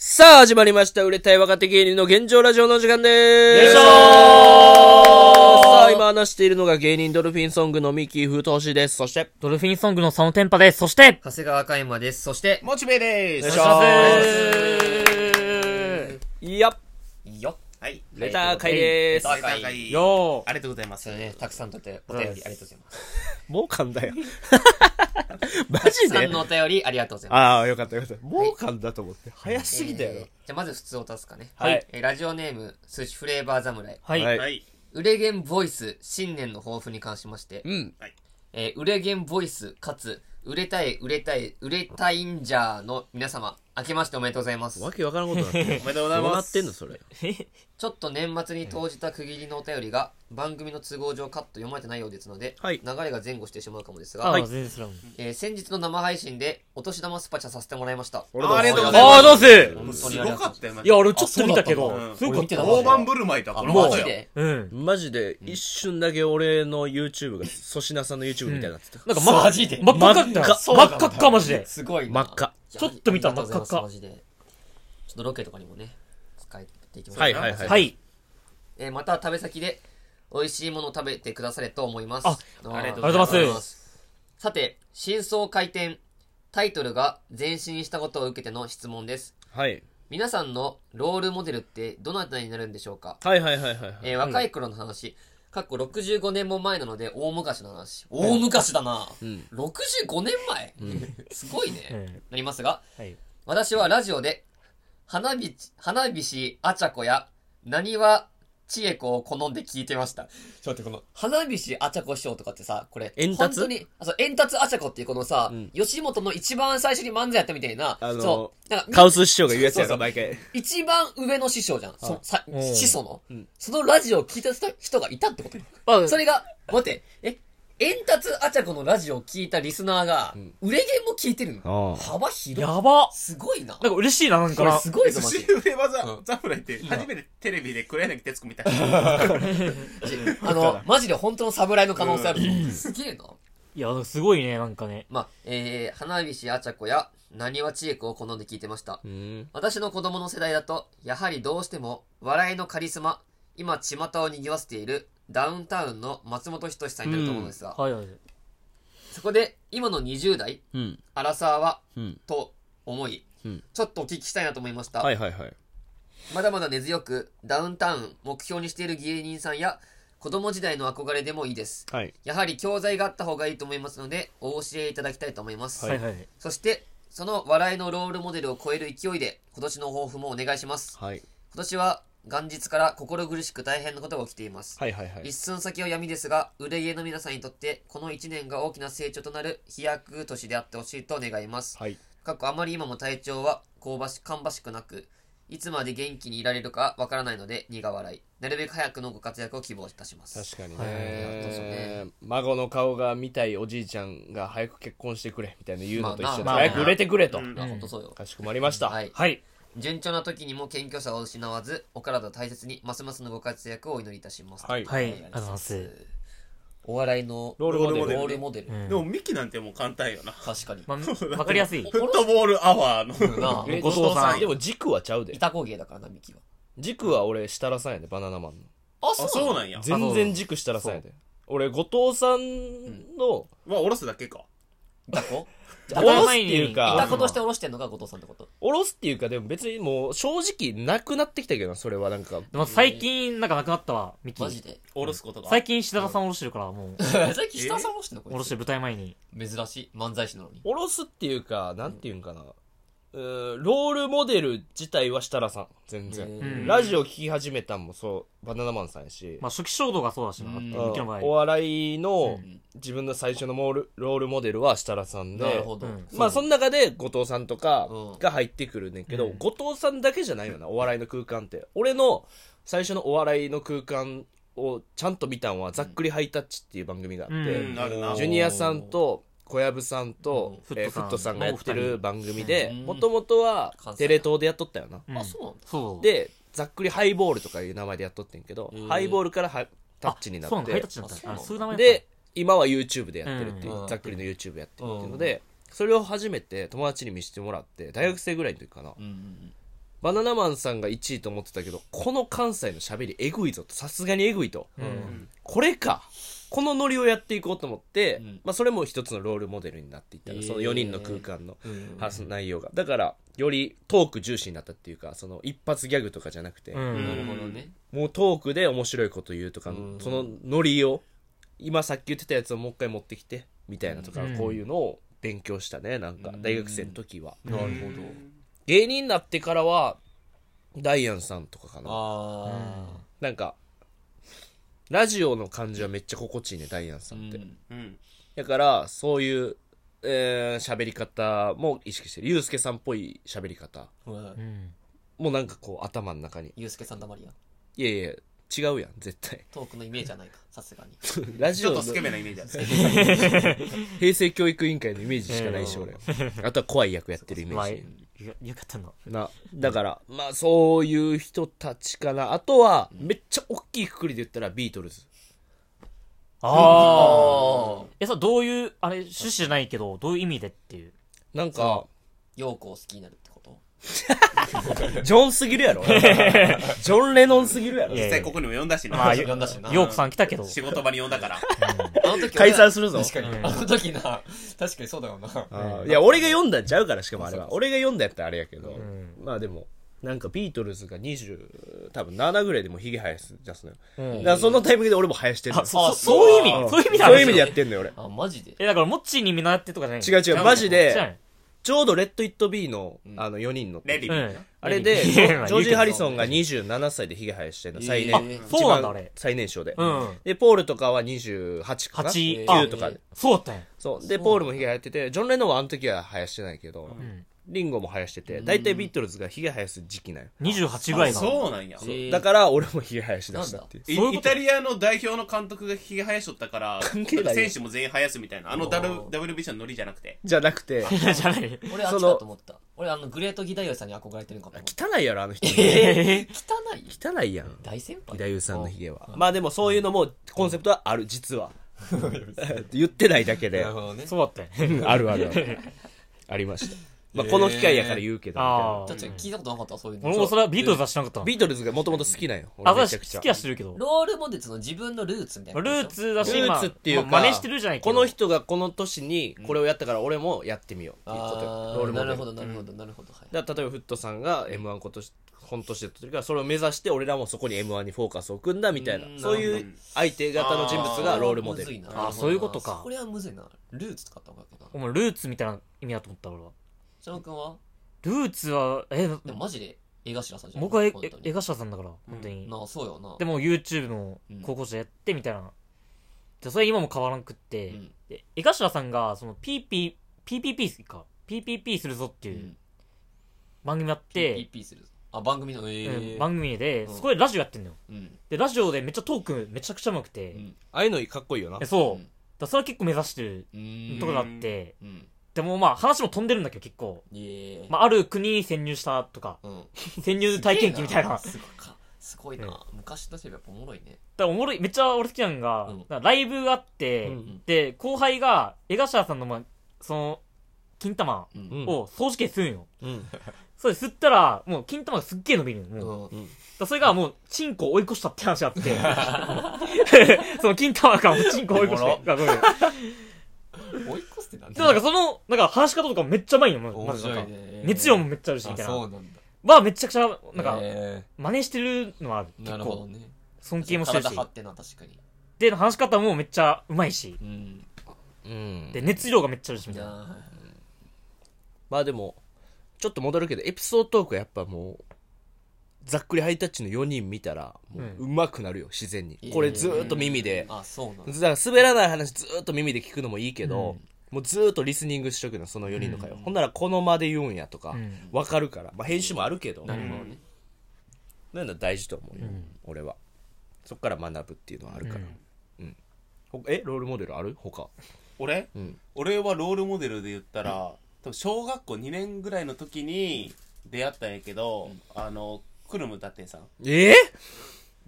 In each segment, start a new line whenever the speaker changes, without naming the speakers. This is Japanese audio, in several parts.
さあ、始まりました。売れたい若手芸人の現状ラジオの時間でーす。
よいしょー
さあ、今話しているのが芸人ドルフィンソングのミキー・フートシです。そして、
ドルフィンソングの佐野天パです。そして、
長谷川嘉山です。そして、
モチベで
お
す。
願いしいや、
いいよ。
はい。
レター会でーす。
レター
高い。
よ
ありがとうございます。
そうね、たくさんとってお便りありがとうございます。
もう噛んだよ。マ
たく
ジ
さ
で
んのお便りありがとうございま
ああ、よかったよかった。もう噛んだと思って。早
す。
すぎた
えー
よ
じゃあまず普通を足すかね。
はい
えーラジオネーム、寿司フレーバー侍。
はい。
はい
はい。
売れゲンボイス、新年の抱負に関しまして、
な。うん。
えー売れゲンボイス、かつ、売れたい、売れたい、売れたいんじゃーの皆様、明けましておめでとうございます。
わけわからんことになってる。
おめでとうござい
どうな
ま
ってんの、
す。
それ。
ちょっと年末に投じた区切りのお便りが、番組の都合上カット読まれてないようですので、
はい
流れが前後してしまうかもですが、
あ、全然知らん。
えー先日の生配信で、お年玉スパチャさせてもらいました。
ありがとうございます。
あー、どうせ
本当に
す
ありがとうござ
ごか
いま
ったよ、マ
いや、俺ちょっと見たけ
あそうだ
ど、すごかっ
見て
た
た。
大盤振る舞いだった。
マ
マ
ジ
ジで。
で
うん。
マジで、一瞬だけ俺の YouTube が、粗品さんの YouTube みたいになってた。
なんかま、
マジで
真っ赤かった。
そ
真っ赤っか、マジで。
すごい
真
な
っ赤
いや
ちょっと見た
ありがうございます
真っ赤っか
マジで。ちょっとロケとかにもね、使っていきます。
はいはいはい
はい。
えーまた食べ先で、美味しいものを食べてくだされと思います。
あ
どうも
ありがと
うございます
ありがとうございます。さて、真相回転、タイトルが前進したことを受けての質問です。
はい。
皆さんのロールモデルってどなたになるんでしょうか、
はいはいはいはいはい。
えー若い頃の話、かっこ65年も前なので大昔の話。大昔だな、65年前、 すごいね、
うん
なりますが、
はい。
私はラジオで、花火、花火師あちゃこや、なにわ千恵子を好んで聞いてました。ちょっとこの、花火師あちゃこ師匠とかってさ、これ、
円
本
達
当に、あそう、円達あちゃこっていうこのさ、
ん
吉本の一番最初に漫才やったみたいな、
あのー
そう、なん
カ
か、
ウス師匠が言うやつやろ、
そうそう
毎回。
一番上の師匠じゃん。そさ
うん
師匠の、そのラジオを聞いた人がいたってこと
あ、
それが、待って、え、円達あちゃこのラジオを聞いたリスナーが、売れゲンも聞いてる
ああ
の。幅広い。
やば。
すごいな。
なんか嬉しいな、なん
これ
か
す。ごいぞ、
寿
マ
司
ジ
フレバザ侍って、初めてテレビで黒柳徹子見た。
で。あの、マジで本当の侍の可能性あるぞ。すげえな。
いや、すごいね、なんかね。
まあ、えー、花火師あちゃこや、なにわ千恵子を好んで聞いてました。
うん。
私の子供の世代だと、やはりどうしても、笑いのカリスマ、今、巷を賑わせている、ダウンタウンの松本人志さんになると思うんですが、
はいはい。
そこで、今の20代、
うん。
アラサーは、
うん。
と思い、
うん
ちょっとお聞きしたいなと思いました。
はいはいはい。
まだまだ根強く、ダウンタウン、目標にしている芸人さんや、子供時代の憧れでもいいです。
はい。
やはり教材があった方がいいと思いますので、お教えいただきたいと思います。
はいはい。
そして、その笑いのロールモデルを超える勢いで、今年の抱負もお願いします。
はい。
今年は、元日から心苦しく大変なことが起きています。
はいはいはい
一。寸先は闇ですが、売れ家の皆さんにとって、この1年が大きな成長となる飛躍年であってほしいと願います。
はい。
過去あまり今も体調は香ばし、芳しくなく、いつまで元気にいられるかわからないので、苦笑い。なるべく早くのご活躍を希望いたします。
確かに
はいそうそう
ね
ね。
孫の顔が見たいおじいちゃんが早く結婚してくれ、みたいな言うのと一緒で、
まあ
早く売れてくれと。
まあ、本当そうよ。
かしこまりました。
はい。
はい。
順調な時にも謙虚さを失わず、お体を大切に、ますますのご活躍をお祈りいたします。
はい
はい。あ
あ
り
り
がと
がと
う
う
ご
ご
ざ
ざ
い
い
ま
ますす。お笑いの
ロールモデル
ロールモデル。
うん
でも、ミキなんてもう簡単よな。
確かに。
まあ、わかりやす い。
フットボールアワーの。
なあ
え
後藤さん
でも軸はちゃうで。
板工芸だからな、ミキは。
軸は俺、設楽さんやで、バナナマンの。
あ、
あ、そうなんや。
全然軸設楽さんやで。俺、後藤さんの、
まあ、おろすだけか。
板子
おろすっていう
板
か
子、として下ろしてんのが後藤さんってこと。
おろすっていうか、でも別にもう、正直なくなってきたけどな、それはなんか。
でも最近、なんかなくなったわ、ミキ
マ。ジで。
おろすことが。
最近、志田さんおろしてるから、もう、
最近下さん下ろしてんのこいつ
おろしてる舞台前に。
珍しい。漫才師なのに。
おろすっていうか、なんていうんかな。うーんロールモデル自体は設楽さん。全然。
ん
ラジオ聞き始めたんもそう、バナナマンさんやし。
まあ、初期衝動がそうだしな、ミ
うん
キの場合。
お笑いの自分の最初のモールロールモデルは設楽さんで。
なるほど。
うん
まあその中で後藤さんとか
うん
が入ってくるねんけど、
うん
後藤さんだけじゃないよな、お笑いの空間って。俺の最初のお笑いの空間をちゃんと見たんは、ざっくりハイタッチっていう番組があって、
うん
なるな。
ジュニアさんと小籔さんと、
うん
えー
フ
フ
ッ
ッ
ト
ト
さ
さ
ん
んがやってる番組で
うん
もともとはテレ東でやっとったよな、
うん
あ、そうなんだ。
そう。、
でざっくりハイボールとかいう名前でやっとってんけど、ハイボールからハイタッチにな
あそう
っ
なんだ、ハイタ
て
ッチになっ
あ
た。
そうな
あ
んだ
そういう名前だった
で今は YouTube でやってるっていう、
うん
ざっくりの YouTube やってるっていうので、それを初めて友達に見せてもらって大学生ぐらいの時かな、
うんうんうん。
バナナマンさんが1位と思ってたけどこの関西の喋りえぐいぞとさすがにえぐいと、
うん
うん
これかこのノリをやっていこうと思って、
うん
まあ、それも一つのロールモデルになっていったの、
へー
その4人の空間の
うん
話す内容がだからよりトーク重視になったっていうかその一発ギャグとかじゃなくて、
うん
なるほどね。
もうトークで面白いこと言うとか、
うん
そのノリを今さっき言ってたやつをもう一回持ってきてみたいなとか、
うん
こういうのを勉強したねなんか
うん
大学生の時は、
なるほど
芸人になってからはダイアンさんとかかな
あ
なんかラジオの感じはめっちゃ心地いいねダイアン
あ。
さ
うん
って、
ん
うん。
だからそういうえー喋、り方も意識してるユースケさんっぽい喋り方
うん
うん
もうなんかこう頭の中に
ゆうすけさんだまりや。
いやいや違うやん絶 対
トークのイメージじゃないか、さすがに。
ラジ
ちょ
オ
っ
の
とスケベなイメージある。
平成教育委員会のイメージしかないし、
うん
俺。あとは怖い役やってるイメ
まあ、
ー
よ
ジ。
よかったの。
な、だから、まあそういう人たちかな。あとは、めっちゃ大きいくくりで言ったらビートルズ。
ああ。
ああ。
え、さ、どういう、あれ、趣旨じゃないけど、どういう意味でっていう。
なんか、
陽子を好きになるってこと
ジョンすぎるや ろジョン・レノンすぎるやろ
いや
実際ここにも呼んだし
ま
な
あ。
呼んだしな。
ようこさん来たけど。
仕事場に呼ん だから。
あの時
解散するぞ
確かに。
うん
あの時な。確かにそうだよな。
あーいや、俺が読んだんちゃうから、しかもあれは。
そ
俺が読んだやったらあれやけど
ん。
まあでも、なんかビートルズが20、多分7ぐらいでもうヒゲ生やす出すのよ。
うん
だからそのタイミングで俺も生やしてるの
あ、
よ
そ
あ
う、そういう意
うん
味そういう意味だ
そういう意味でやってんのよ、俺。
あ、マジで
え、だから、モッチーに見習ってとかじゃない
違う違うマジで
違うね
ちょうどレッド・イット・ビーの
う、ん
あの、4人の時
レディ
う
ー。
ん。
あれで、ジ
いやま
ョ
あ
ジョージ・ハリソン
言う
が27歳でヒゲ生やしてんの、最
あ
年、
けどそうなんだ、あれ。
最年少で
う。ん。
で、ポールとかは28かな
八あ
9とかで。
そうだったんや。
そう。で、ポールもヒゲ生やってて、ジョン・レノンはあの時は生やしてないけど
う、ん。
リンゴも生やしてて、
うん
大体ビートルズがヒゲ生やす時期なんよ。
28ぐらいの。
そうなんや。
えー
だから、俺もヒゲ生やしだしたっていう。
イ
そういうこと
イタリアの代表の監督がひげ生やしとったから、
関係ないよ
選手も全員生やすみたいな。あの
お
W-
ー
WBC のノリじゃなくて。
じゃなくて、
いやじゃない。
俺あっちだと思った。俺あのグレートギダイオさんに憧れてるのかと思った。
汚いやろ、あの人。
えー汚い
汚いやん。
大先
義
輩
太夫さんのヒゲは。まあでも、そういうのも、コンセプトはある、実は。
な
言ってないだけで
る。ほどね。
そうだったん や。
あるあるある。ありました。まあ、この機会やから言うけどみたいな
あ
ちょっと
あ。
聞いたことなかった、そういう
俺もそれ
の。
はビートルズは知らなかった
ビートルズがもともと好きなんよ。
の。あ、
俺めちゃ
私
くちゃ。
好きはしてるけど。
ロールモデルの自分のルーツみたいな。
ルー。ツだし、
ルーツっていうか、
まあ真似してるじゃないけ
こ
ど
の人がこの年にこれをやったから俺もやってみようっていうことよ
あ
ロー
ー
ルモ
な
デル
るほど、なるほど、なるほど。はい
だから例えばフットさんが m 1今年今年で取ってるからそれを目指して俺らもそこに m 1にフォーカスを組んだみたいな
うん
そういう相手方の人物がロールモデ
むずい
ル
な
あーそういうことか
これはむずいな。ルーツ使った方がいいか
お
な。
前ルーツみたいな意味だと思った俺は。
佐野くんは
ルーツは、え、
でもマジで江頭さんじゃん。
僕はえ
本当に
江頭さんだから、本当に。
なあ、そうよな。
でも YouTube も高校生やってみたいな。でそれ今も変わらんくっ
う
て、
ん、
で江頭さんが、その PP、PPP か。PPP するぞって
う。
いうん番組やって、
PP する。あ、番組の、え
う
ー
ん番組で、
うん
そこでラジオやってんのよ。
うん。
で、ラジオでめっちゃトークめちゃくちゃうまくて、
うん
ああいうのかっこいいよな
えそう。
うん
だからそれは結構目指してる
うん
ところがあって、
うん。
でもまあ話も飛んでるんだけど結構。
ええ。
まあある国に潜入したとか、
うん。
潜入体験記みたいな。だか
すごいか。すごいな。昔としてやっぱおもろいね。
らおもろい、めっちゃ俺好きなのが、
うん
だからライブがあって、
うん
で、後輩が江頭さんのまあ、その、金玉
う。
うんん
を掃除機で吸うんよ。
うん
それ吸ったら、もう金玉がすっげえ伸びるの。もうだか
うん。
らそれがもう、チンコを追い越したって話 あって。その金玉がもうチンコを追い越して。
おも
だ
ろ
からごめん
追い越すってなん
でもなんかその、なんか話し方とかめっちゃうまいよ、まず
面
まず
白
なん
い
か。
ね。
熱量もめっちゃあるし、み
あ
たい
そ
な。
うなんだ。
はめちゃくちゃ、なんか、
え
真似してるのはある。
ー
結
なるほど
構。
ね。
尊敬もしてるし
体張。ってな、確かに。
で、話し方もめっちゃうまいし。
うん。
うん
で、熱量がめっちゃあるし、み
い
たい
や
な。
まあでも、ちょっと戻るけど、エピソードトークはやっぱもう、ざっくりハイタッチの4人見たら、も
うん
ううまくなるよ、自然に
い。い
これずーっと耳で
ー、あ、そうなんだ
だ。から滑らない話ずーっと耳で聞くのもいいけど、
うん
もうずーっとリスニングしとくの、その4人の会話。ほんならこの間で言うんやとか
うん、
わ、かるから。まあ編集もあるけど、
なるほどね。
なんだ大事と思うよ、
うん
俺は。そっから学ぶっていうのはあるから。
う
うんんほえロールモデルある他
俺
うん
俺はロールモデルで言ったら、多分小学校2年ぐらいの時に出会ったんやけど、あの、クルムダテンさん。
えー、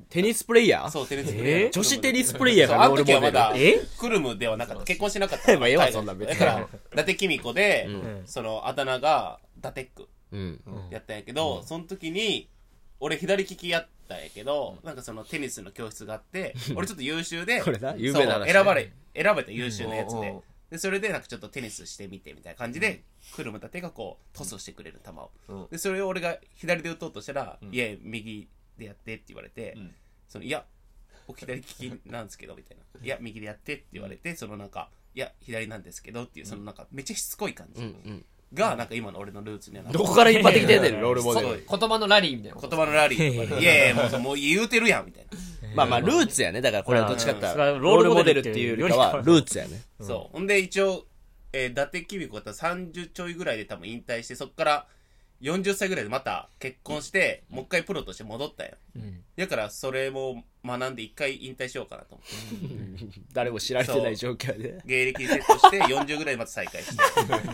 テニスプレイヤー
そう、テニスプ
え
レ
ー
ー。
女子テニスプレイヤー
そう
が
あ
ロ
の
ールモ
時
デ
は
ル
まだ
え、、
クルムではなかった。結婚してなかった。
まあええわそんなん別に
だから、伊達公子で
うん
その、あだ名が、ダテック。
うん。
やったんやけど、その時に俺左利きやったんやけど、なんかそのテニスの教室があって俺ちょっと優秀で
これな
そう
有名な話ね
選ばれ選べた優秀なやつで,、
うんおうおう
でそれでなんかちょっとテニスしてみてみたいな感じで、クルムた手がこうトスをしてくれる球を、
うん
でそれを俺が左で打とうとしたら「
ん
いや右でやって」って言われて、
うん
そのいや僕左利きなんですけどみたいな「いや右でやって」って言われて、そのなんか「いや左なんですけど」っていうそのなんかめっちゃしつこい感じ、
うん。
がなんか今の俺のルーツにはなって
どこから引っ張ってきてんね ん、ロールモデ
すご
ル
い。
言葉のラリーみたいなこと
言葉のラリーとかで、いやいや、もうそうもう言うてるやん、みたい
まあまあ、ルーツやね。だからこれはどっちかって言ったら、
うん
ロールモデルっていうよりかは、ルーツやね。
な。そう。ほんで、一応、えー、伊達きび子だったら30ちょいぐらいで多分引退して、そっから40歳ぐらいでまた結婚して、もう一回プロとして戻ったやん。だから、それも学んで一回引退しようかなと思って。
誰も知られてない状況で。
芸歴セットして、40ぐらいまた再開して。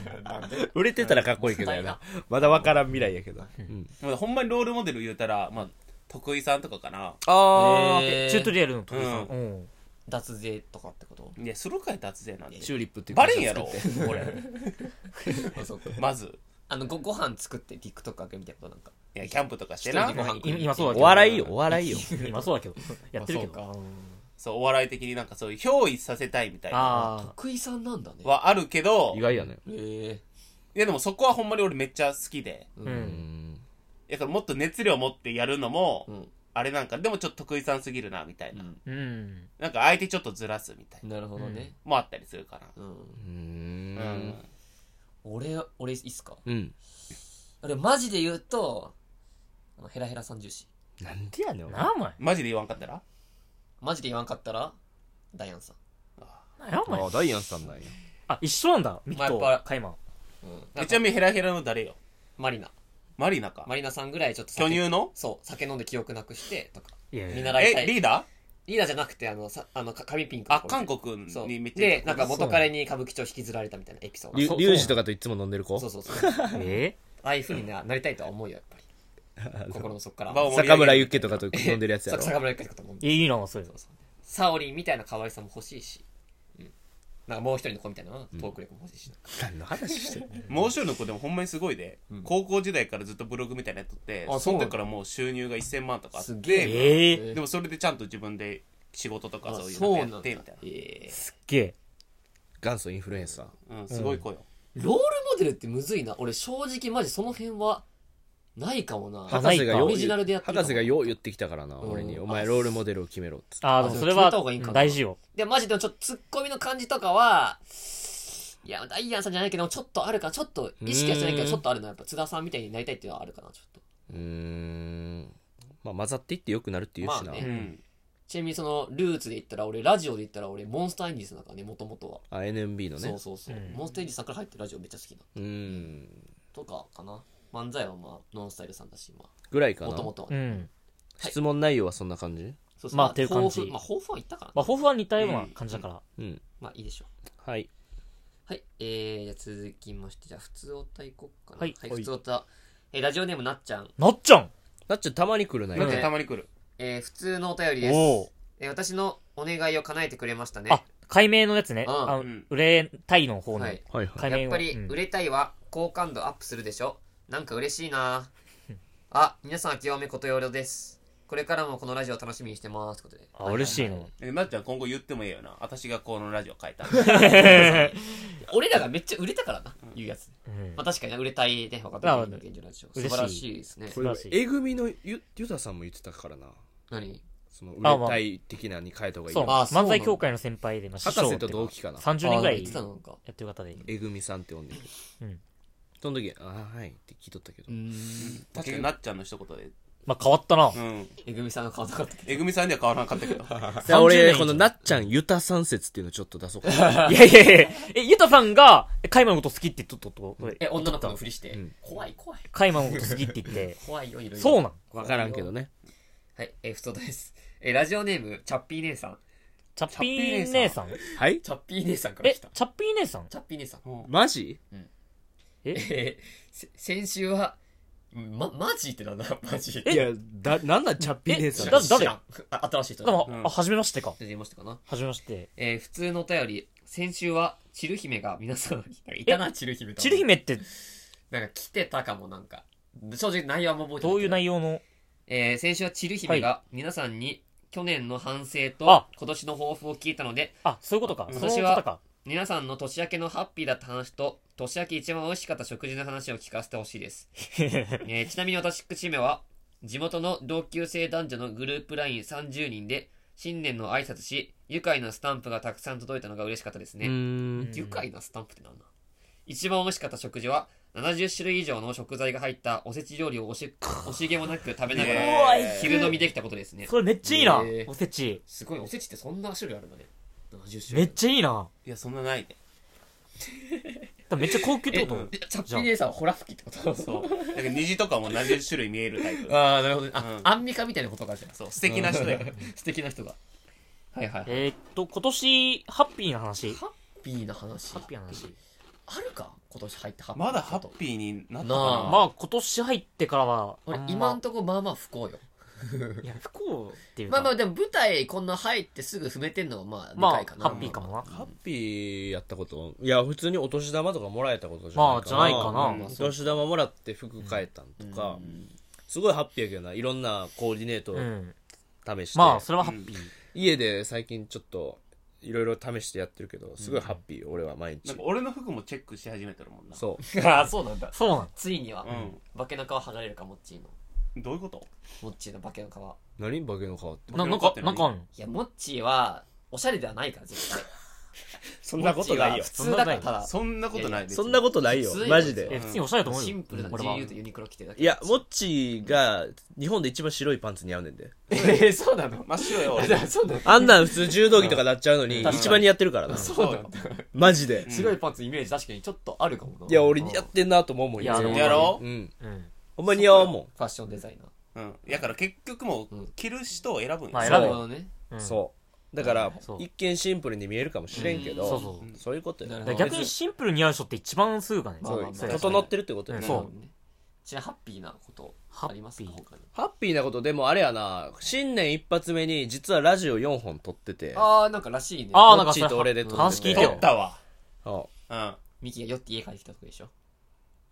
売れてたらかっこいいけどやな。まだわからん未来やけど。うん
もうほんまにロールモデル言うたら、まあ、徳井さんとかかな。
あ
え
チュートリアルの時さ、
う
うん。
脱税とかってこと
いや、するかい脱税なんで
ー。チューリップっていう
バ
会
レん
社
や
作
ろ
って、
俺。まず。
あのごご飯作って TikTok 開けみたいなことなんか
いや、キャンプとかしてな。
今今そうだけ
お
ど。
笑いよ、お笑いよ。
今そうだけど。 やってるけど。
まあそうか
そう、お笑い的になんかそういう憑依させたいみたいな。
あ
徳井さんなんだね
はあるけ ど、
意外やね。
え
いやでもそこはほんまに俺めっちゃ好きで。
あ。
う
う。
うんん。
だからもっと熱量持ってやるのも、
うん
あれなんか、でもちょっと得意さんすぎるな、みたいな。
うん
うん。
なんか相手ちょっとずらすみたいな。
なるほどね
もあったりするかな。
うん
う
うん。
ん。
俺俺いいっすか
うん。
俺マジで言うとあのヘラヘラ三重士
なんでやねん、お前
なあ、お前。
マジで言わんかったら
マジで言わんかったらダイアンさん
なや、お前
あ。ダイアンさんなんや。
あ、一緒なんだ。ミッと
まあやっぱ
カイマン。
なんか
ちなみにヘラヘラの誰よ
マリナ
マリナか。
マリナさんぐらいちょっと
巨
酒
乳の
そう酒飲んで記憶なくしてとか
いやい
見
や。
習いた
え、
い
リーダー
リーダーじゃなくてあのさあのか髪ピンクの
あ、
子
韓国
そう
にめっちゃ
でなんか元彼に歌舞伎町引きずられたみたいなエピソード
リ
が
ュ
そう
リュウジとかといつも飲んでる 子
そうそうそうあ
え
あいうふうにななりたいとは思うよやっぱ り心の底から
場を盛り上げ
坂村ゆっけとかと飲んでるやつや
そう
ろ。
酒村一回かと思う
いいな、それ。
サオリンみたいな可愛さも欲しいし、うん、なんかもう一人の子みたいなトーク力も欲しいし、
何の話してんの
もう一人の子でもほんまにすごいで、高校時代からずっとブログみたいなやっとって、
あ
その
そうな
時
の
からもう収入が1000万とかあって、
すげえ
ええ。
え
でもそれでちゃんと自分で仕事とかそういう
そう
のや
なんだ
ってみたい
え
すっげえ。
元祖インフルエンサー。
な。うん、すごい子よ。
ロールモデルってむずいな俺正直マジその辺はないかもな
あ
博士がよう
オリジナルでやってるかも
博士がよう言ってきたからな、俺に。
うん
お前ロールモデルを決めろっつって。
ああ、でもそれ
あ
は
でも決めた方がいいんかな
大事よ。
でマジでもちょっとツッコミの感じとかはいやダイアンさんじゃないけどちょっとあるかちょっと意識はしてないけど
うん
ちょっとあるなやっぱ津田さんみたいになりたいっていうのはあるかなちょっと
うーん。まあ混ざっていって良くなるって言うしな。
まあ
あ
ね
うん。
ちなみにそのルーツで言ったら俺ラジオで言ったら俺モンスターインディーズだからねもともとは
NMB のね。
そう
う
そうそう、
うん
モンスターインディーズさんから入ってるラジオめっちゃ好きな
ーん。
とかかな漫才はまあノンスタイルさんだしま
ぐらい
あ
か
も
な
と。もとは
う
ね
ん。
質問内容はそんな感じ
そう
まあっていう感じ
抱負まあ抱負は言ったから
ま
ね
あ、抱負は似たような感じだから。
うん。
まあいいでしょう
はい。
はいえー、じゃあ続きましてじゃあ普通おたいこっかな
はい
普通おたえーラジオネームなっちゃん
なっちゃん
なっちゃんたまに来るな
な
よ
んか
ね。
たまに来る。
えー、普通のお便りです
おお。
えー私のお願いを叶えてくれましたね
あ、解明のやつね。
うん
あの
うん
売れたいの方の。
はい
はいはい。
解明を
やっぱり
うん
売れたいは好感度アップするでしょなんか嬉し いなあ皆さん清めことよろですこれからもこのラジオ楽しみにしてますということで
あ、嬉しい
は
な
はは。
えなっちゃん今後言ってもええよな。私がこのラジオ書いた。
俺らがめっちゃ売れたからな、いうやつ
うん
まあ確かにね売れたいね、若手
まあ
の現状ラジオ。素
嬉しい
晴らしいですね。
これ
素晴らしい
えぐみのゆゆたさんも言ってたからな。
何
その、売
あ
れたい的なに変えた方がいい
そう、
よ。
あそ
漫
うなの
才協会の先輩で、まあ、師匠
博士
って
と
いう
同期かな。
30年ぐら
あー
い
言ってたのか。
やってる方で。
えぐみさんって呼んでる。
うん。
その時、ああ、はいって聞いとったけど。
確かになっちゃんの一言で。
まあ、変わったな
う。ん。
えぐみさんの顔なかったけど。
えぐみさんには変わらなかったけど。
じゃあ
30年以
俺、
上
このなっちゃんゆたさん説っていうのちょっと出そうかな。
いやいやいやえ、ゆたさんが、カイマのこと好きって言っとったと。これ
え、女の子のふりして
うん。
怖い怖い。
カイマのこと好きって言って。
怖いよ、いろいろ。
そうなん
わからんけどね。
はい、えー、ふとです。えー、ラジオネーム、チャッピー姉さん。
チャッピー姉さん。
はい
チャッピー姉さんから
え、
来
チ
た。
ャッピー姉さん
チャッピー姉さん。
マジ
えー、せ先週は、ま、マジってなんだ マジ。
いや、だ、なんだチャッピー姉さ
え
ん
だ
知
誰
らんあ新しい人
で
だ。
も、
うん
あ、初めましてか。
出てましたかな。
初めまして。
えー、普通のお便り、先週は、チル姫が皆さん、いたな、チル姫と。
チル姫って、
なんか来てたかもなんか。正直内容はも覚えてな
どういう内容の、
えー、先週はチル姫が皆さんに去年の反省と
あ
今年の抱負を聞いたので、
あ、そういうことか。
うん
その
私
方
は
か。
皆さんの年明けのハッピーだった話と、年明け一番美味しかった食事の話を聞かせてほし いです。えーちなみに私、口目は、地元の同級生男女のグループ LINE30 人で、新年の挨拶し、愉快なスタンプがたくさん届いたのが嬉しかったですね。
ん
愉快なスタンプってなんだ一番美味しかった食事は、70種類以上の食材が入ったおせち料理を惜し惜しげもなく食べなが
う
ら、
わ
昼飲みできたことですね。
それめっちゃいいな
えー。
おせち。
すごい、おせちってそんな種類あるんだね。70種
め
類。
っちゃいいな。
いや、そんなないで。
めっちゃ高級ってこと
えチャッピー姉さんはホラ吹きってこと
そう。なんか虹とかも何十種類見えるタイプ。
ああ、なるほどね。
う
あ、
ん
アンミカみたいなことかじゃん。
そう、素敵な人だよ。
素敵な人が。はいはい。
えーっと、今年、ハッピーな話。ハ
ハッピーな話。
ッピーな話。
あるか今年入ってハッピー。
まだハッピーになった
な
か
あ
な
まあ、今年入ってからは、
俺
あ、んま
今んとこまあまあ不幸よ。
いや、不幸っていう
まあ
か。
まあ、でも舞台こんな入ってすぐ踏めてんのはまあ、で
まあ
かいかな。
ハッピーかもな
ハッピーやったこといや普通にお年玉とかもらえたことじゃ
ま
ない
あ
かな,、
じゃないかな
まあ
お
そう
年玉もらって服変えたんとか、すごいハッピーやけどないろんなコーディネート
う
を
ん。
試して、
まあ、それはハッピー。
家で最近ちょっといろいろ試してやってるけどすごいハッピーよ、俺は毎
な
日
んか俺の服もチェックし始めてるもんな。
そう
ああ、そうなんだ。
そうなの。
ついには
う、ん。
化けの皮剥がれるか、モッチーの。
どういうこと
モッチーの化けの皮。
何化けの皮って
な、なんか、なんかあんの
いや、モッチーは、おしゃれではないから、絶対。
そんなことないよ
モッ。チーは普通だから、ただ、
そんなことない別に
そんなことないよ
普通よ
マジで
え、普通におしゃれだと思うよ。
シンプルな
これは
GU とユニクロ着てるだけ。
い やモッチーが日本で一番白いパンツ似合うねんで
えー、そうなの
真っ白よ、俺。
あ そうなの
あんなん普通柔道着とかなっちゃうのに
確かに
一番似合ってるからな
そうなんだ。
マジで
白いパンツイメージ確かにちょっとあるかもな。
いや俺似合ってんなと思うもん
いや
いつも
やろ
うん
うん。
ほんま似合わんもん
ファッションデザイナー。
うん。やから結局もう、着る人を選ぶん
ま
よ
あ。
選ぶ
なる
よ
ほどね。
うん
そうだから
そう
一見シンプルに見えるかもしれんけ
うん
ど
そうそう
うんそういうことよ
なるほ
だ
ど
から逆にシンプルに似合う人って一番すぐかね。
まあまあまあ
そ
そうう
確かに
整ってるってことよ
うん
なる
そう
ほどね。じゃあ、ハッピーなことありますか
ハッピー
他に
ハッピーなことでもあれやな新年一発目に実はラジオ4本撮ってて
ああ、なんからしいね。
あ
モ
ーなん
ッ
か
チ
そ
ー
れ
と俺で撮ってて
話聞いて
取
よ
ったわ。
そ
うん。
ミキが酔って家帰ってきたとこでしょ。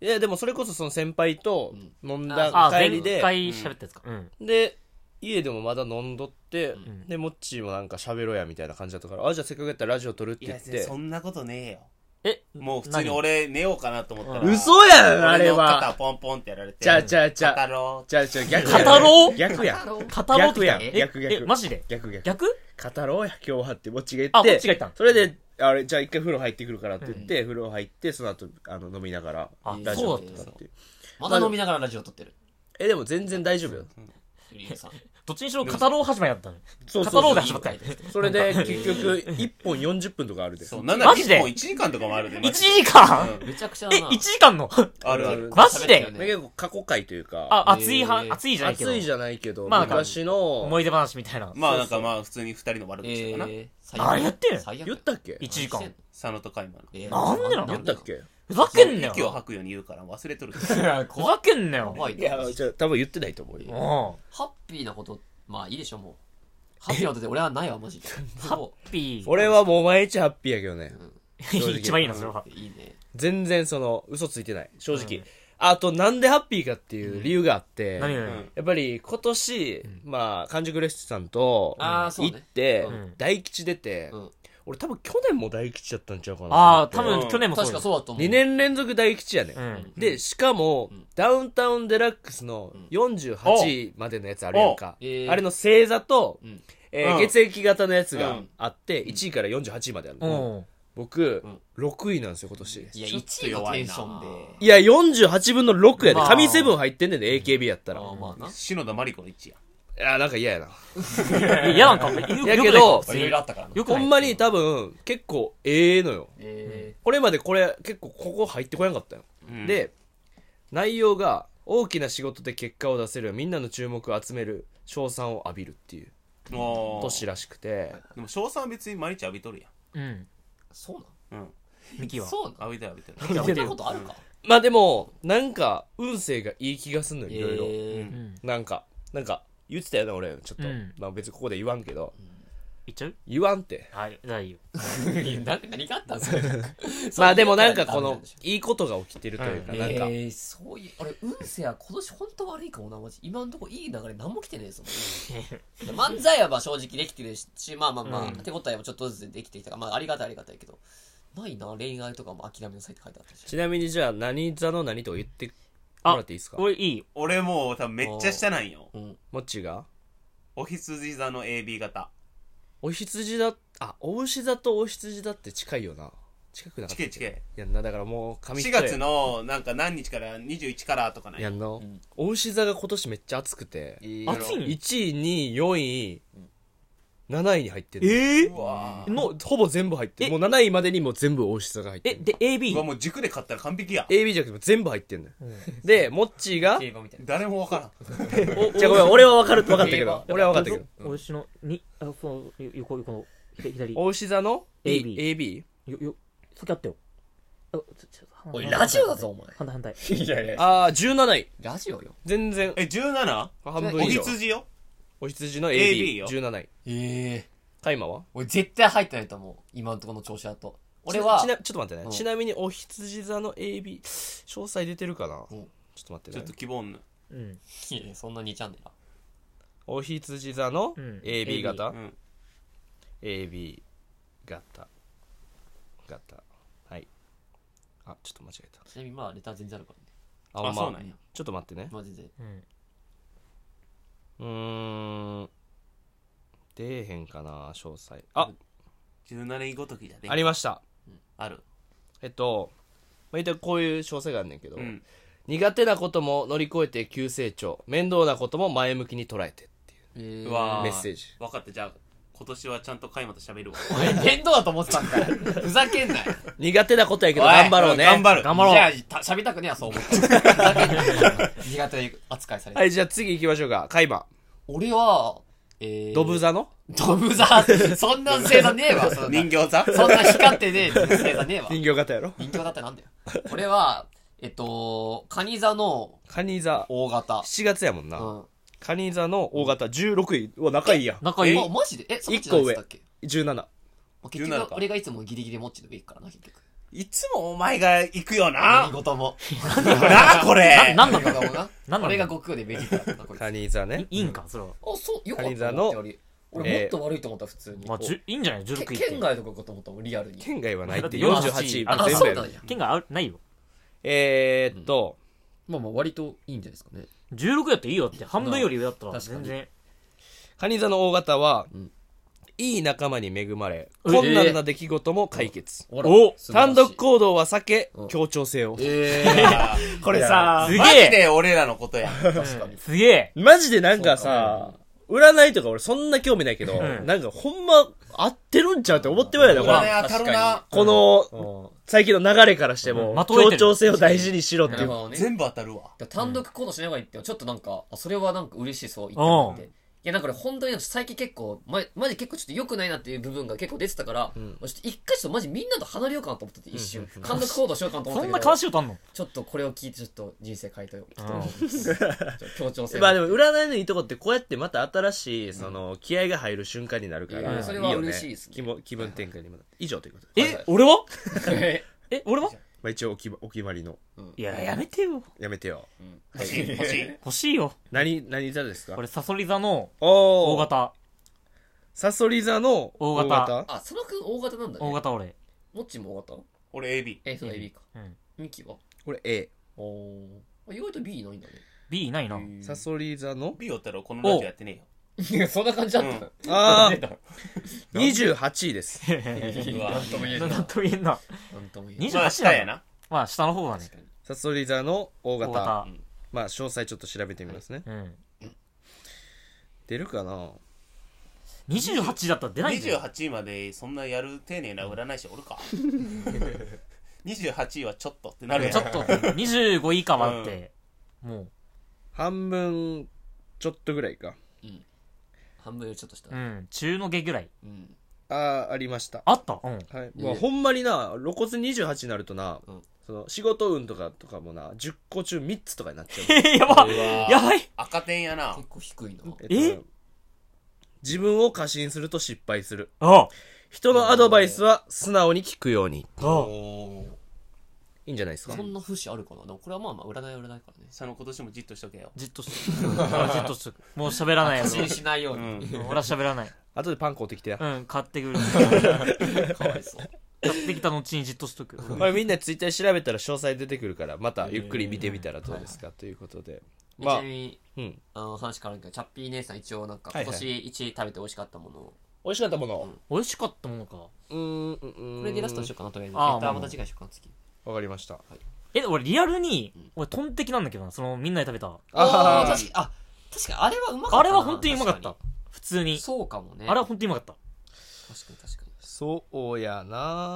ういやでもそれこそその先輩と飲んだ
あ、
帰
前
りで
回喋ったやつか。うん。
で家でもまだ飲んどって、
ん
でモッチーもなんか喋ろうやみたいな感じだったからあじゃあせっかくやったらラジオ撮るって
い
言
や、
って
そんなことねえよ。
え、
もう普通に俺寝ようかなと思ったら。
何
嘘やんあれ
俺の肩
は
ポンポンってやられて。
ちゃうちゃうちゃう
肩ロ
じゃあじゃあ逆や
語ろう
逆やん
語ろうってきた
逆やん
え
逆逆
え、マジで
逆逆
逆
語ろうや今日はってモッチーが言
あ、
っ
こ
て
っちが言ったの
それであれじゃあ一回風呂入ってくるからって言って、風呂入ってその後あの飲みながら
あ
ラジ
そ
オ
う
撮
だ
っ
った
っていう
まだ飲みながらラジオ撮ってる。
えでも全然大丈夫よ
ゆり えさん。
どっちにしろ語ろう始まりだったの。
そうそうそう
語ろうで始まったよ。
それで結局1本40分とかあるで
そう、なんだ
マジで
1時間とかもあるで。マ
1
ジで
時間
めちゃくちゃ
え、
だな。
1時間の
あるある。
マジで
喋ったよね
結構過去回というか
あ、熱い
え
は、
ー
熱いじゃないけど
暑。いじゃないけど、
まあ
昔の
思い出話みたいな。
まあなんかまあ普通に二人の悪
え
口とかな。
ー、最
あやってん
最悪
言ったっけ
1時間。
佐野とか今の。
えー
なんでなの
言ったっけ
ふざけんな
息を
よ。
吐くように言うから忘れとるけど。
いや
ふ
怖い
ざけんなよ。
怖い
い
な
やじゃあ多分言ってないと思うよ
も
ハッピーなこと、まあいいでしょ、もう。ハッピーなことで俺はないわ、マジで。そ
うん。ピー。
俺はもう毎日ハッピーやけどね直
一番いいな、それは
う。。いいね。
全然その嘘ついてない正直、あとなんでハッピーかっていう理由があって、
何
う
々
ん。
やっぱり今年、まあ完熟レシピさんと
あーそうね
行って、
ん
大吉出て、
うん
俺多分去年も大吉だったんちゃうかな
ああ、
と
多
思って
分去年もそう
確
だ
か
よ。
そうだと思う。
2年連続大吉やね、
うん。
でしかも、ダウンタウンデラックスの48位までのやつあるやんか、
おえー
あれの星座と、
ん
えー
うん
血液型のやつ
う
が
ん
あって、1位から48位まである
う
の、
ん。
僕、
ん
6位なんですよ今年
いや、
ちょっと
1位の
弱
テ
い
ン
な
ションで。
いや48分の6やで
まあ
神セブン入ってんねんで AKB やったら、
まあまあな。
篠田麻里子の1や。
いやなんか嫌やな
え嫌なんか、よくよくな
やけ
い
ど
いろいろあったからな。
よく
ほ
ない
んまに多分結構ええのよ
え
これまでこれ結構ここ入ってこやんかったよ、
うん、
で内容が大きな仕事で結果を出せるみんなの注目を集める賞賛を浴びるっていう
もう
年らしくて、
でも翔さんは別に毎日浴びとる
うん。
ー、そうな
やん。うん。
ミキ
の
は。
そうなの
浴びてる浴び
そ
てる。
んなことあるか
まあでもなんか運勢がいい気がすんのよいろいろ、
えー
うん
うん。
なんかなんか言ってたよな俺ちょっと、
うん
まあ別にここで言わんけど、
いっちゃう
言わんって。
はい、大丈夫。
なんか何があったんですか
まあでもなんかこ
そういう
の
ことやったんでしょ、
いいことが起きてるというか、
うん
なんか、
えー、そういう、俺、運勢は今年本当悪いかもな、マジ。今のとこいい流れ何も来てねえ ぞ。漫才はまあ正直できてるし、まあまあまあ、
うん
手応えもちょっとずつできてきたから、まあありがたいありがたいけど、ないな、恋愛とかも諦めなさいって書いてあったし。
ちなみにじゃあ何座の何とか言ってもらっていいですか
俺いいよ。
俺もう多分めっちゃ下なんよ。
うん。
もっちが
お羊座の AB 型。
お羊だ、あ、お牛座とお羊だって近いよな。近くなかった
チケチケ。
やんな、だからもう紙一
4
重
月のなんか何日から21からとかない
やんの、
ん
お牛座が今年めっちゃ熱くて、
暑いん
1位、2位、4位、7位に入ってる。
ええ
うわ
もうほぼ全部入ってる。
え
もう7位までにもう全部お牛座が入って
え、
る。
で、
ーう
AB?
わもう塾で買ったら完璧や
AB じゃなくてもう全部入ってんのよ。で、モッチーが、
競馬みたいな。
誰もわからん
じゃあごめん、俺は分かる、分かったけ
競
ど
馬。
俺は分かったけど。
ど。おしの、に、あ、その、横、横の、左左。よ、
お牛座の
AB
AB?
よ、さっきあったよ。あ、ちょ、ちょ、
おい、ラジオだぞ、お前。
反対 反対。
いやいや。
ああ、17位。
ラジオよ。
全然、
え 17?
半分
お
以上。
羊よ
お羊の
AB よ
AB17 位。
ええ
カイマは
俺絶対入ってないと思う。今のところの調子だと。俺は
ち、な、ちょっと待って
う
ね。
ん
ちなみに、お羊座の AB、詳細出てるかなちょ
う
っ
ん
と待って
ちょ
ね
っと。希望ぬ
うん。
いやいやそんな2チャンネルだ。
お羊座の
うん
AB
う
型
ん
?AB 型。型。はい。あ、ちょっと間違えた。
ちなみにまあ、レター全然あるからね。
あ、
あ
ほんま
そうなんや
ちょっと待ってね。
まあ全然。
うん。
うーん。出えへんかな、詳細。あ、
17位ごときだね
ありました。
ある
えっと、まあ、言ったらこういう詳細があんねんけど、
うん
苦手なことも乗り越えて急成長、面倒なことも前向きに捉えてっていう
えー
うわ
メッセージ。
分かったじゃあ今年はちゃんとカイマと喋るわ
俺、面倒だと思ってたんかい。ふざけんなよ。
苦手なことやけど
おい
頑張ろうね。
頑張る
頑張ろう
じゃあ、た喋りたくねえや、そう思って。ふざけんなよ苦手扱いされて。
はい、じゃあ次行きましょうか。カイマ。
俺は、えー、
ドブ。座の
ドブザそんな星座ねえわ、そんな
人。形座
そんな光ってねえ星座ねえわ。
人形型やろ
人形だってなんだよ。俺は、えっと、カニ座の
カニ座。
大型。
7月やもんな。
うん。
カニ座の大型16位。うわ、仲いいやん。
仲いい
あ、。マジでえ、そっ
一
ち
個
何
上
だっけ
17。
まあ結
17
局
か
俺がいつもギリギリモッチの上行くからな、結局。
いつもお前が行くよ
何
な
事も。
なあこれ
なんなんだ
何事もな。
なんだ
俺が悟空でベジータだったなこいつ
カニ座ね。
いいんか、それは。
あ、そう、よかった。
カニ座の
俺、俺もっと悪いと思った、普通に。
まあ、
こう
じゅいいんじゃない ?16 位
け
って
県。外とかかと思った、リアルに。
県外はないって
だって
48位。
あ
もう全部
そう
や
な
ろ
んや。
県外ある、ないよ。
えーっと、
まあまあ、割といいんじゃないですかね。
16やったらいいよって、半分より上だったら、
確かに
全然。
カニ座の大型は、
うん
いい仲間に恵まれ、困難な出来事も解決。
お
お
単独行動は避け
う、ん
協調性を。
え
あー
これ
さ
さ、
すげ
マジ
え
で俺らのことや
確かに。
すげえ
マジでなんかさ、占いとか俺そんな興味ないけど、
ん
なんかほんま合ってるんちゃうって思ってまうよね、これ。
占い当たるな
この、最近の流れからしても、
まとえてる
協調性を大事にしろって
ないる
う
ほ。どね。
全部当たる
だ
わ
から単独行動しない方がいいって、ちょっとなんか、あそれはなんか嬉しいそう、言ってもらって。いや、なんか俺本当に最近結構、ま、マジ結構ちょっと良くないなっていう部分が結構出てたから、俺ちょっと一回ちょっとマジみんなと離れようかなと思ってて、一瞬。単独行動しようかなと思っ
そ
た
ん
け
な
ど、
悲しいことあんの
ちょっとこれを聞いてちょっと人生変えたよ。ちょっ
うん
と協調性。
まあでも占いのいいとこってこうやってまた新しい、その、気合が入る瞬間になるか
いやい
ら、
やそれ
い
はい
よね
嬉しいですね
気も気分転換にもなって以上ということで。
はいは
え
い、
俺は
え
え、俺は
まあ一応お決まお決まりの、
いや、やめてよ。
やめてよ。
欲しい欲しい
欲しいよ。
何、何座ですか
これ、サソリ座の
おー
大。型。
サソリ座の
大型
ーあ、佐野くん大型なんだね。
大。型俺。
もっちも大型
俺 AB
え、そう、AB か。
うん。
ミキは
これ A。
おー。あ意外と B ないんだね。
B いないな。
サソリ座の
B おったらこのラジオやってね
いや、そんな感じだった。
うん
あ
出た
あ、28位です。
えよ
なんとも言えんな。
な
なん
とも言えんな。
とも言えん
28
な。
まあ下やな
まあ、下の方がね
確。かに。
サソリ座の大
大
型。
型。
まあ、詳細ちょっと調べてみますね。
うん。
出るかな
28だったら出ないんだよ。
28位までそんなやる丁寧な占い師おるか28位はちょっとってなるやん
ちょっと、25以下はあって、も
半分、ちょっとぐらいか。
半分よりちょっとした
う、う。ん、中の下ぐらい。
うん。
ああ、ありました。
あったうん。
はい。
え
まあ、ほんまにな、露骨28になるとな、
うん
その、仕事運とかとかもな、10個中3つとかになっちゃう。
えやば
うわ
やばい
赤点やな
結構低いな。
えっと自分を過信すると失敗する。
あ
人のアドバイスは素直に聞くように。
あ
お
いいんじゃないですか
そんな節あるかなでもこれはまあまあ占いは占いからね
その今年もじっとしとけよ。
じっとしあじっとしとくもう喋らないや
過
つ
信しないよう
う
に、
ん。
俺は喋らない
後でパン買うてきてや。
うん買ってく る
かわいそう
買ってきた後にじっとしとく
これみんなツイッター調べたら詳細出てくるから、またゆっくり見てみたらどうですかということで。
で
まあ
ちなみに
うん。
あの話変わるけどチャッピー姉さん一応なんか
は
今
いはい
年一食べて美味しかったものを
美味しかったもの。
美味しかったものか
うーん、うーん。
これでラストにしようかなとりあえず
あー
ネタ
ま
は
あ
ま
まあ
た次回にしようかな次
わかりました。
え俺リアルに俺トンテキなんだけどなそのみんなで食べた
あ
あ
あ
ー
確かにあ確かにあれはうまかったな
あれは本当にうまかっ
確
た普通
に
に
そうかもね
あれは本当にうまかった
確かに確かに
そうや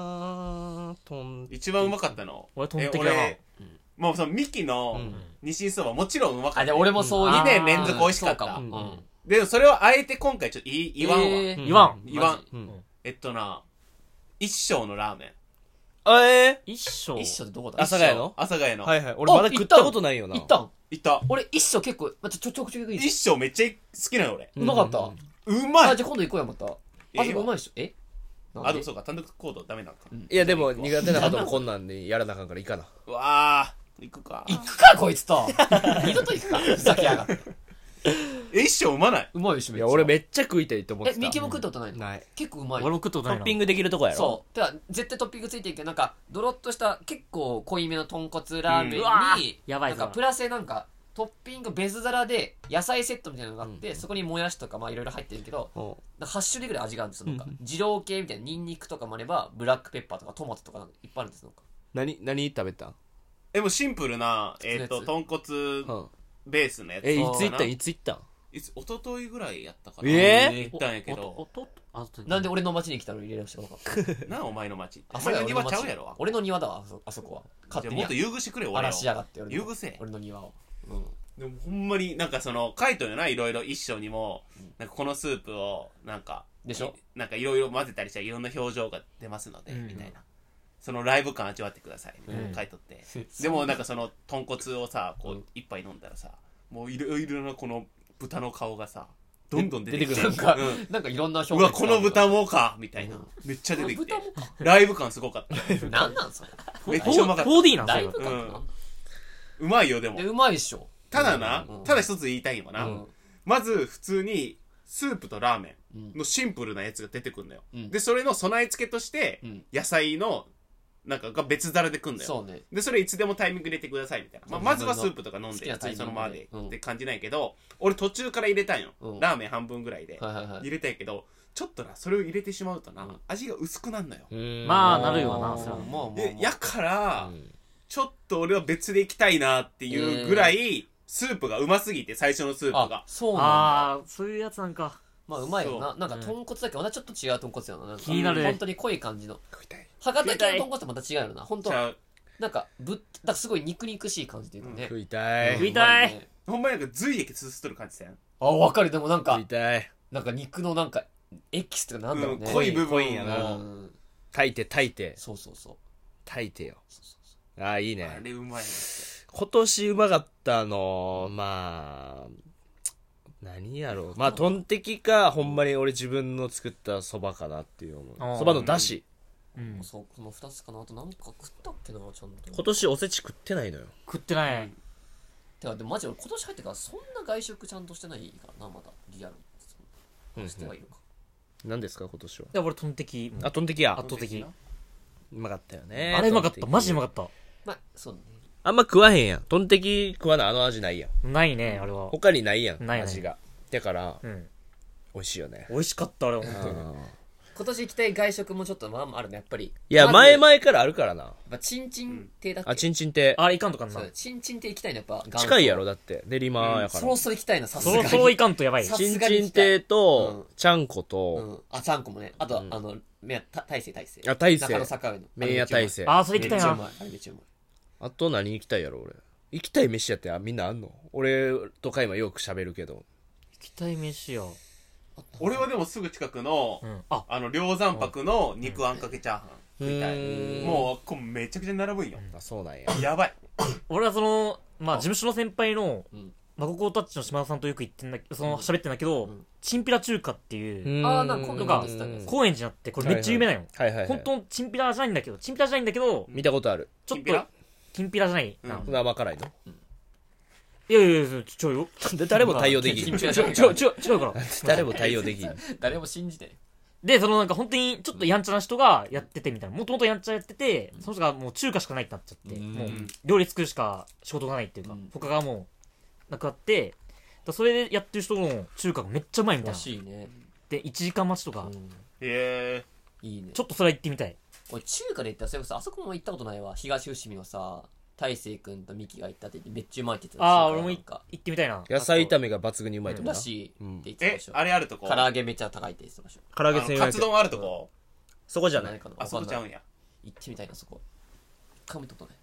なとん。
一番うまかったの。
俺トンテキだな
え俺もうそのミキの
うん
日清そばもちろんうまか
あ
っ
で
た。
俺もそういう
二年連
続美味しかった
そう
うん
うん
で、それをあえて今回ちょっと言い言わんわ。
えー
うん
言わん
言わん
マジ
うん。
えっとな、一生のラーメン。
あえ
一生
一緒ってどこだ
阿佐ヶ谷の
阿佐ヶ谷
ー
の。
はいはい。俺まだ食ったことないよな。
行ったん
行った。
俺一緒結構まあちょちょちょくちょく行く
一生めっちゃ好きなの俺。
うまかった
うま
あ
い
じゃあ今度行こうよまたあそこうまいでしょえなんで
あ、でもそうか、単独行動ダメなのか。
いやでも苦手なこともこんなんでやらなあかんからいいかな。
うわあ行くか。
行くかこいつと二度と行くかふざけやがって
え、一生うまない。
うまいでしょ
い
めっちゃ
や俺めっちゃ食いたいと思って
え
た。
ミキも食ったことないの
ない。
結構うまい
俺も食ったこと
ト
ない
ッ
な
ピングできるとこやろ
そうてか絶対トッピングついてるけどなんかドロッとした結構濃いめの豚骨ラーメン
うん
に
う
わーやばい
なん
ぞ
かプラスなんかトッピング別皿で野菜セットみたいなのがあって、そこにもやしとかまあいろいろ入ってるけど
うん。
なんか8種類ぐらい味があるんですよなんか二郎系みたいなニンニクとかもあればブラックペッパーとかトマトとかなんかいっぱいあるんですよなんか
何、何食べたん
え、もうシンプルな、えっと、
普通
豚骨
うん。
ベースのやつ。
え、いつ
そう
行
だ
っ
な
たんいつ行ったん
いつ、一昨日ぐらいやったかな。
え
行ったんやけ
おお
ど。
とあと
なんで俺の町に来たの入れらしたのか
なあ、お前の町。
あ
お
そうや
前の
俺の
庭
町
ちゃうやろ。
俺の庭だわあそあそこは
じ
勝
ゃあ
手
も
に
っと優遇してくれよ、
荒
俺
ら
を
しやがって俺の
優遇せえ
俺の庭を、うん、
でもほんまになんかその書いとるよないろいろ一生にもなんかこのスープをなんか
でしょ
なんかいろいろ混ぜたりしたらいろんな表情が出ますので、
うん
みたいなそのライブ感味わってくださいみたいなの書いとって、でもなんかその豚骨をさこう一杯飲んだらさもういろいろなこの豚の顔がさどんどん出てきて
出て
なんか、
うん
なんかいろんな表
うわこの
も
豚もかみたいな
うん
めっちゃ出てきて
豚もか
ライブ感すごかった
何なんそれ
めっ
フ
ちゃう
ォ
まか
ー
った
4D なん
ラ
だ
イ
よ
ブ感ってなんだ
うまいよでも
でうまいでしょ
ただな、
うん
ただ一つ言いたいよな、
うん
まず普通にスープとラーメ
うん
ンのシンプルなやつが出てくるんだよ、
うん
でそれの備え付けとして
うん
野菜のなんかが別皿でくんだよ
そうね
でそれいつでもタイミング入れてくださいみたいな、まあ、まずはスープとか飲ん
好き
で
なタイミング
そ
で
のままで
うん
って感じないけど、俺途中から入れたんよ、
うん
ラーメン半分ぐらいで
はいはいはい
入れたんやけどちょっとなそれを入れてしまうとな、
うん
味が薄くなるのよ、
まあなるよなそれは
もうもうも
で
う
やから、
うん
ちょっと俺は別で行きたいなっていうぐらい、スープがうますぎて、最初のスープ
あ
が。
そうなんだ
ああそういうやつなんか
まあうまいよななんか
うん
豚骨だけどまたちょっと違う豚骨やななんか
気になる
本当に濃い感じの
食いたい。
博多系の豚骨とまた違うよな本当
じゃあ、
なんかぶっだからすごい肉肉しい感じというかね
食いたい。
食
食
いたい
うんうまね
ほんまになんか髄液すすっとる感じだよ。
あわかるでもなんか
いたい。
なんか肉のなんかエキスとかなんだろうね
うん濃い部分や
な
うん
炊いて炊いて、
そうそうそう
炊いてよ。
そうそうそ
ああ、いい
あ
ね。
れうまい
今年うまかったの、まあ、何やろう。まあ、トンテキか、ほんまに俺自分の作ったそばかなっていう
あー
思う。そばのだし。
うん
うそうこの2つかなあとなんか食ったっけなちゃんと
今年おせち食ってないのよ。
食ってない
てかでもマジ俺今年入ってからそんな外食ちゃんとしてないからなまだリアル
うんう
にしては
ん
いるか、
何ですか、今年は。
いや俺トンテキ
あ、トンテキや。
圧倒的
うまかったよね。
あれうまかっ
トンテ
た
キ
マジうまかった
まあそうだね
あんま食わへんやん。トンテキ食わな、あの味ないやん。
ないねあれは
他にないやん、
ないない
味が。だから、
うん
美味しいよね。
美味しかったあれは本当に
今年行きたい外食もちょっとまあまああるねやっぱり
いや、
まず
前々からあるからな。
やっぱチンチン亭だっけ、
あ、ちんちんって。
あれいかんとかん
そ
な
うチンチン亭行きたいなやっぱ
近いや
ろ
ろ、だって。練馬やか
そ
ら
ろ。そろ行きたいなさす
そ
が
ろ
に
そろいかんとやばいよ
さ
ち
す
ん
がに
ちん亭と、ちゃんこ
う
と、
ん、あ3個もねあと、あのめやた大勢大勢
あ大勢
中野坂上の
麺屋大勢。
あーそれ
め
い
っ
き
ち
たい
ゃう
な
まいあれめっちゃうまい
あと何行きたいやろ、俺。行きたい飯やって、あみんなあんの俺とか今よく喋るけど。
行きたい飯よ
俺はでもすぐ近くの、
うんあ
あの、両山泊の肉あんかけチャーハン食いたい。もう、こうめちゃくちゃ並ぶんよ。
あ、そうなんや。
やばい。
俺はそのまあ事務所の先輩の
うん
マココタッチの島田さんとよく言ってんだその喋ってんだけど、チンピラ中華っていう、
あーなんか今
度
が
なんか
言ってたね
高円寺にあってこれめっちゃ有名なの、
はいはい、はい、
本当のチンピラじゃないんだけどチンピラじゃないんだけど
見たことある
ちょ
チ
っ
ンピラ
とチンピラじゃないな、
うん
い
生辛いの
やいやいやちょいよ
で誰も対応でき
チ
ん
ンピラ
ちょいちょいちょいちょいから
誰も対応できん
誰も信じてない
でそのなんか本当にちょっとやんちゃな人がやっててみたいなもともとやんちゃやっててその人がもう中華しかないってなっちゃって、
うん
もう料理作るしか仕事がないっていうか、
うん
他がもうなくなってだそれでやってる人の中華がめっちゃうまいみたい
ら
な
しいね
で1時間待ちとか、
うん
へえ
いいね
ちょっとそれは行ってみたい
俺中華で行ったらそれこそあそこも行ったことないわ東伏見のさ大成君とミキが行ったって言ってめっちゃうまいって言ってた
ああ
中華
俺も
なん
行
か
行ってみたいな
野菜炒めが抜群にうまいと思う
だ
な
し
うん
って言ってた
え
でしょ
あれあるとこ
唐揚げめっちゃ高いって言ってたでしょ
唐揚げ
あの
千円
カツ丼あるとこ
そこじゃな
ない
い
かな
あそ
わ
こ
かんな
ちゃ
い
うんや
行ってみたいなそこ一回も行ったことない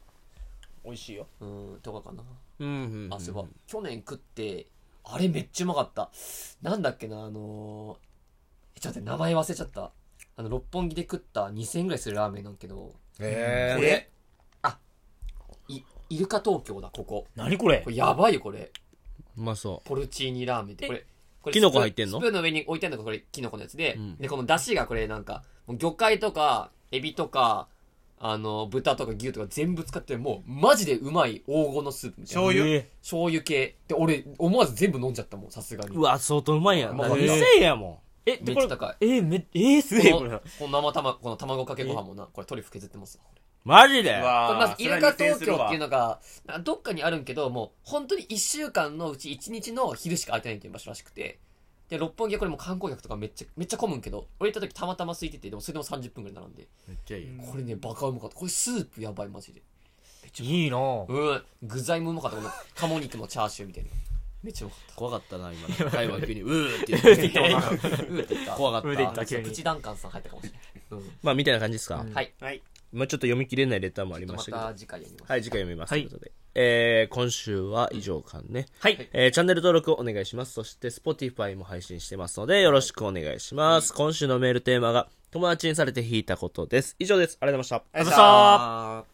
美味しいよ
うんとかかな
うんうん
あそういえば去年食ってあれめっちゃうまかったなんだっけなあのー、えちょっと待って名前忘れちゃったあの六本木で食った2000円ぐらいするラーメンなんだけど
ええ
え
いイルカ東京だここ
何これ
これやばいよこれ
うまそ
ポルチーニラーメンってこれこれ
キノコ入ってんの
スプーンスプーンの上に置いてんのがこれキノコのやつで、
うん
でこの出汁がこれなんかもう魚介とかエビとかあの豚とか牛とか全部使ってもうマジでうまい黄金のスープみたいな
醤油
え
醤油系で俺思わず全部飲んじゃったもんさすがに
ううわ相当うまいやん
まあ
だって
ええ
店やも
ー、えで
めっ
こ
ち
れ
ゃ高い
えー、めえー、すげえ
こ
こ れ
のこの生卵この卵かけご飯もなこれトリュフ削ってますわこれ
んマジで
う
これまず
わー
イルカ東京っていう
の
のがなんかどっかにあるんけどもう本当に1週間のうち1日の昼しか空いてないっていう場所らしくてで六本木はこれもう観光客とかめっちゃめっちゃ混むんけど俺行った時たまたま空いててでもそれでも30分ぐらい並んで
めっちゃいい
これねバカうまかったこれスープやばいマジで
いいなぁ
うん具材もうまかったこの鴨肉のチャーシューみたいなめっちゃうまかっ
怖かったな今 の会話急にうーって言って
たうーって言った
怖か
うー
っ
で言ったた急に
口ダンカンさん入ったかもしれない、うん
まあみたいな感じですか
うん
はい
はい
まあちょっと読み切れないレターもありま
ま
したけど
た次回やります
はい次回読みますと
はいいう
ことでえー今週は以上かね
はい
えーチャンネル登録をお願いします。そして Spotify も配信してますので、よろしくお願いします。今週のメールテーマが、友達にされて引いたことです。以上です。ありがとうございました。
ありがとうございました
あ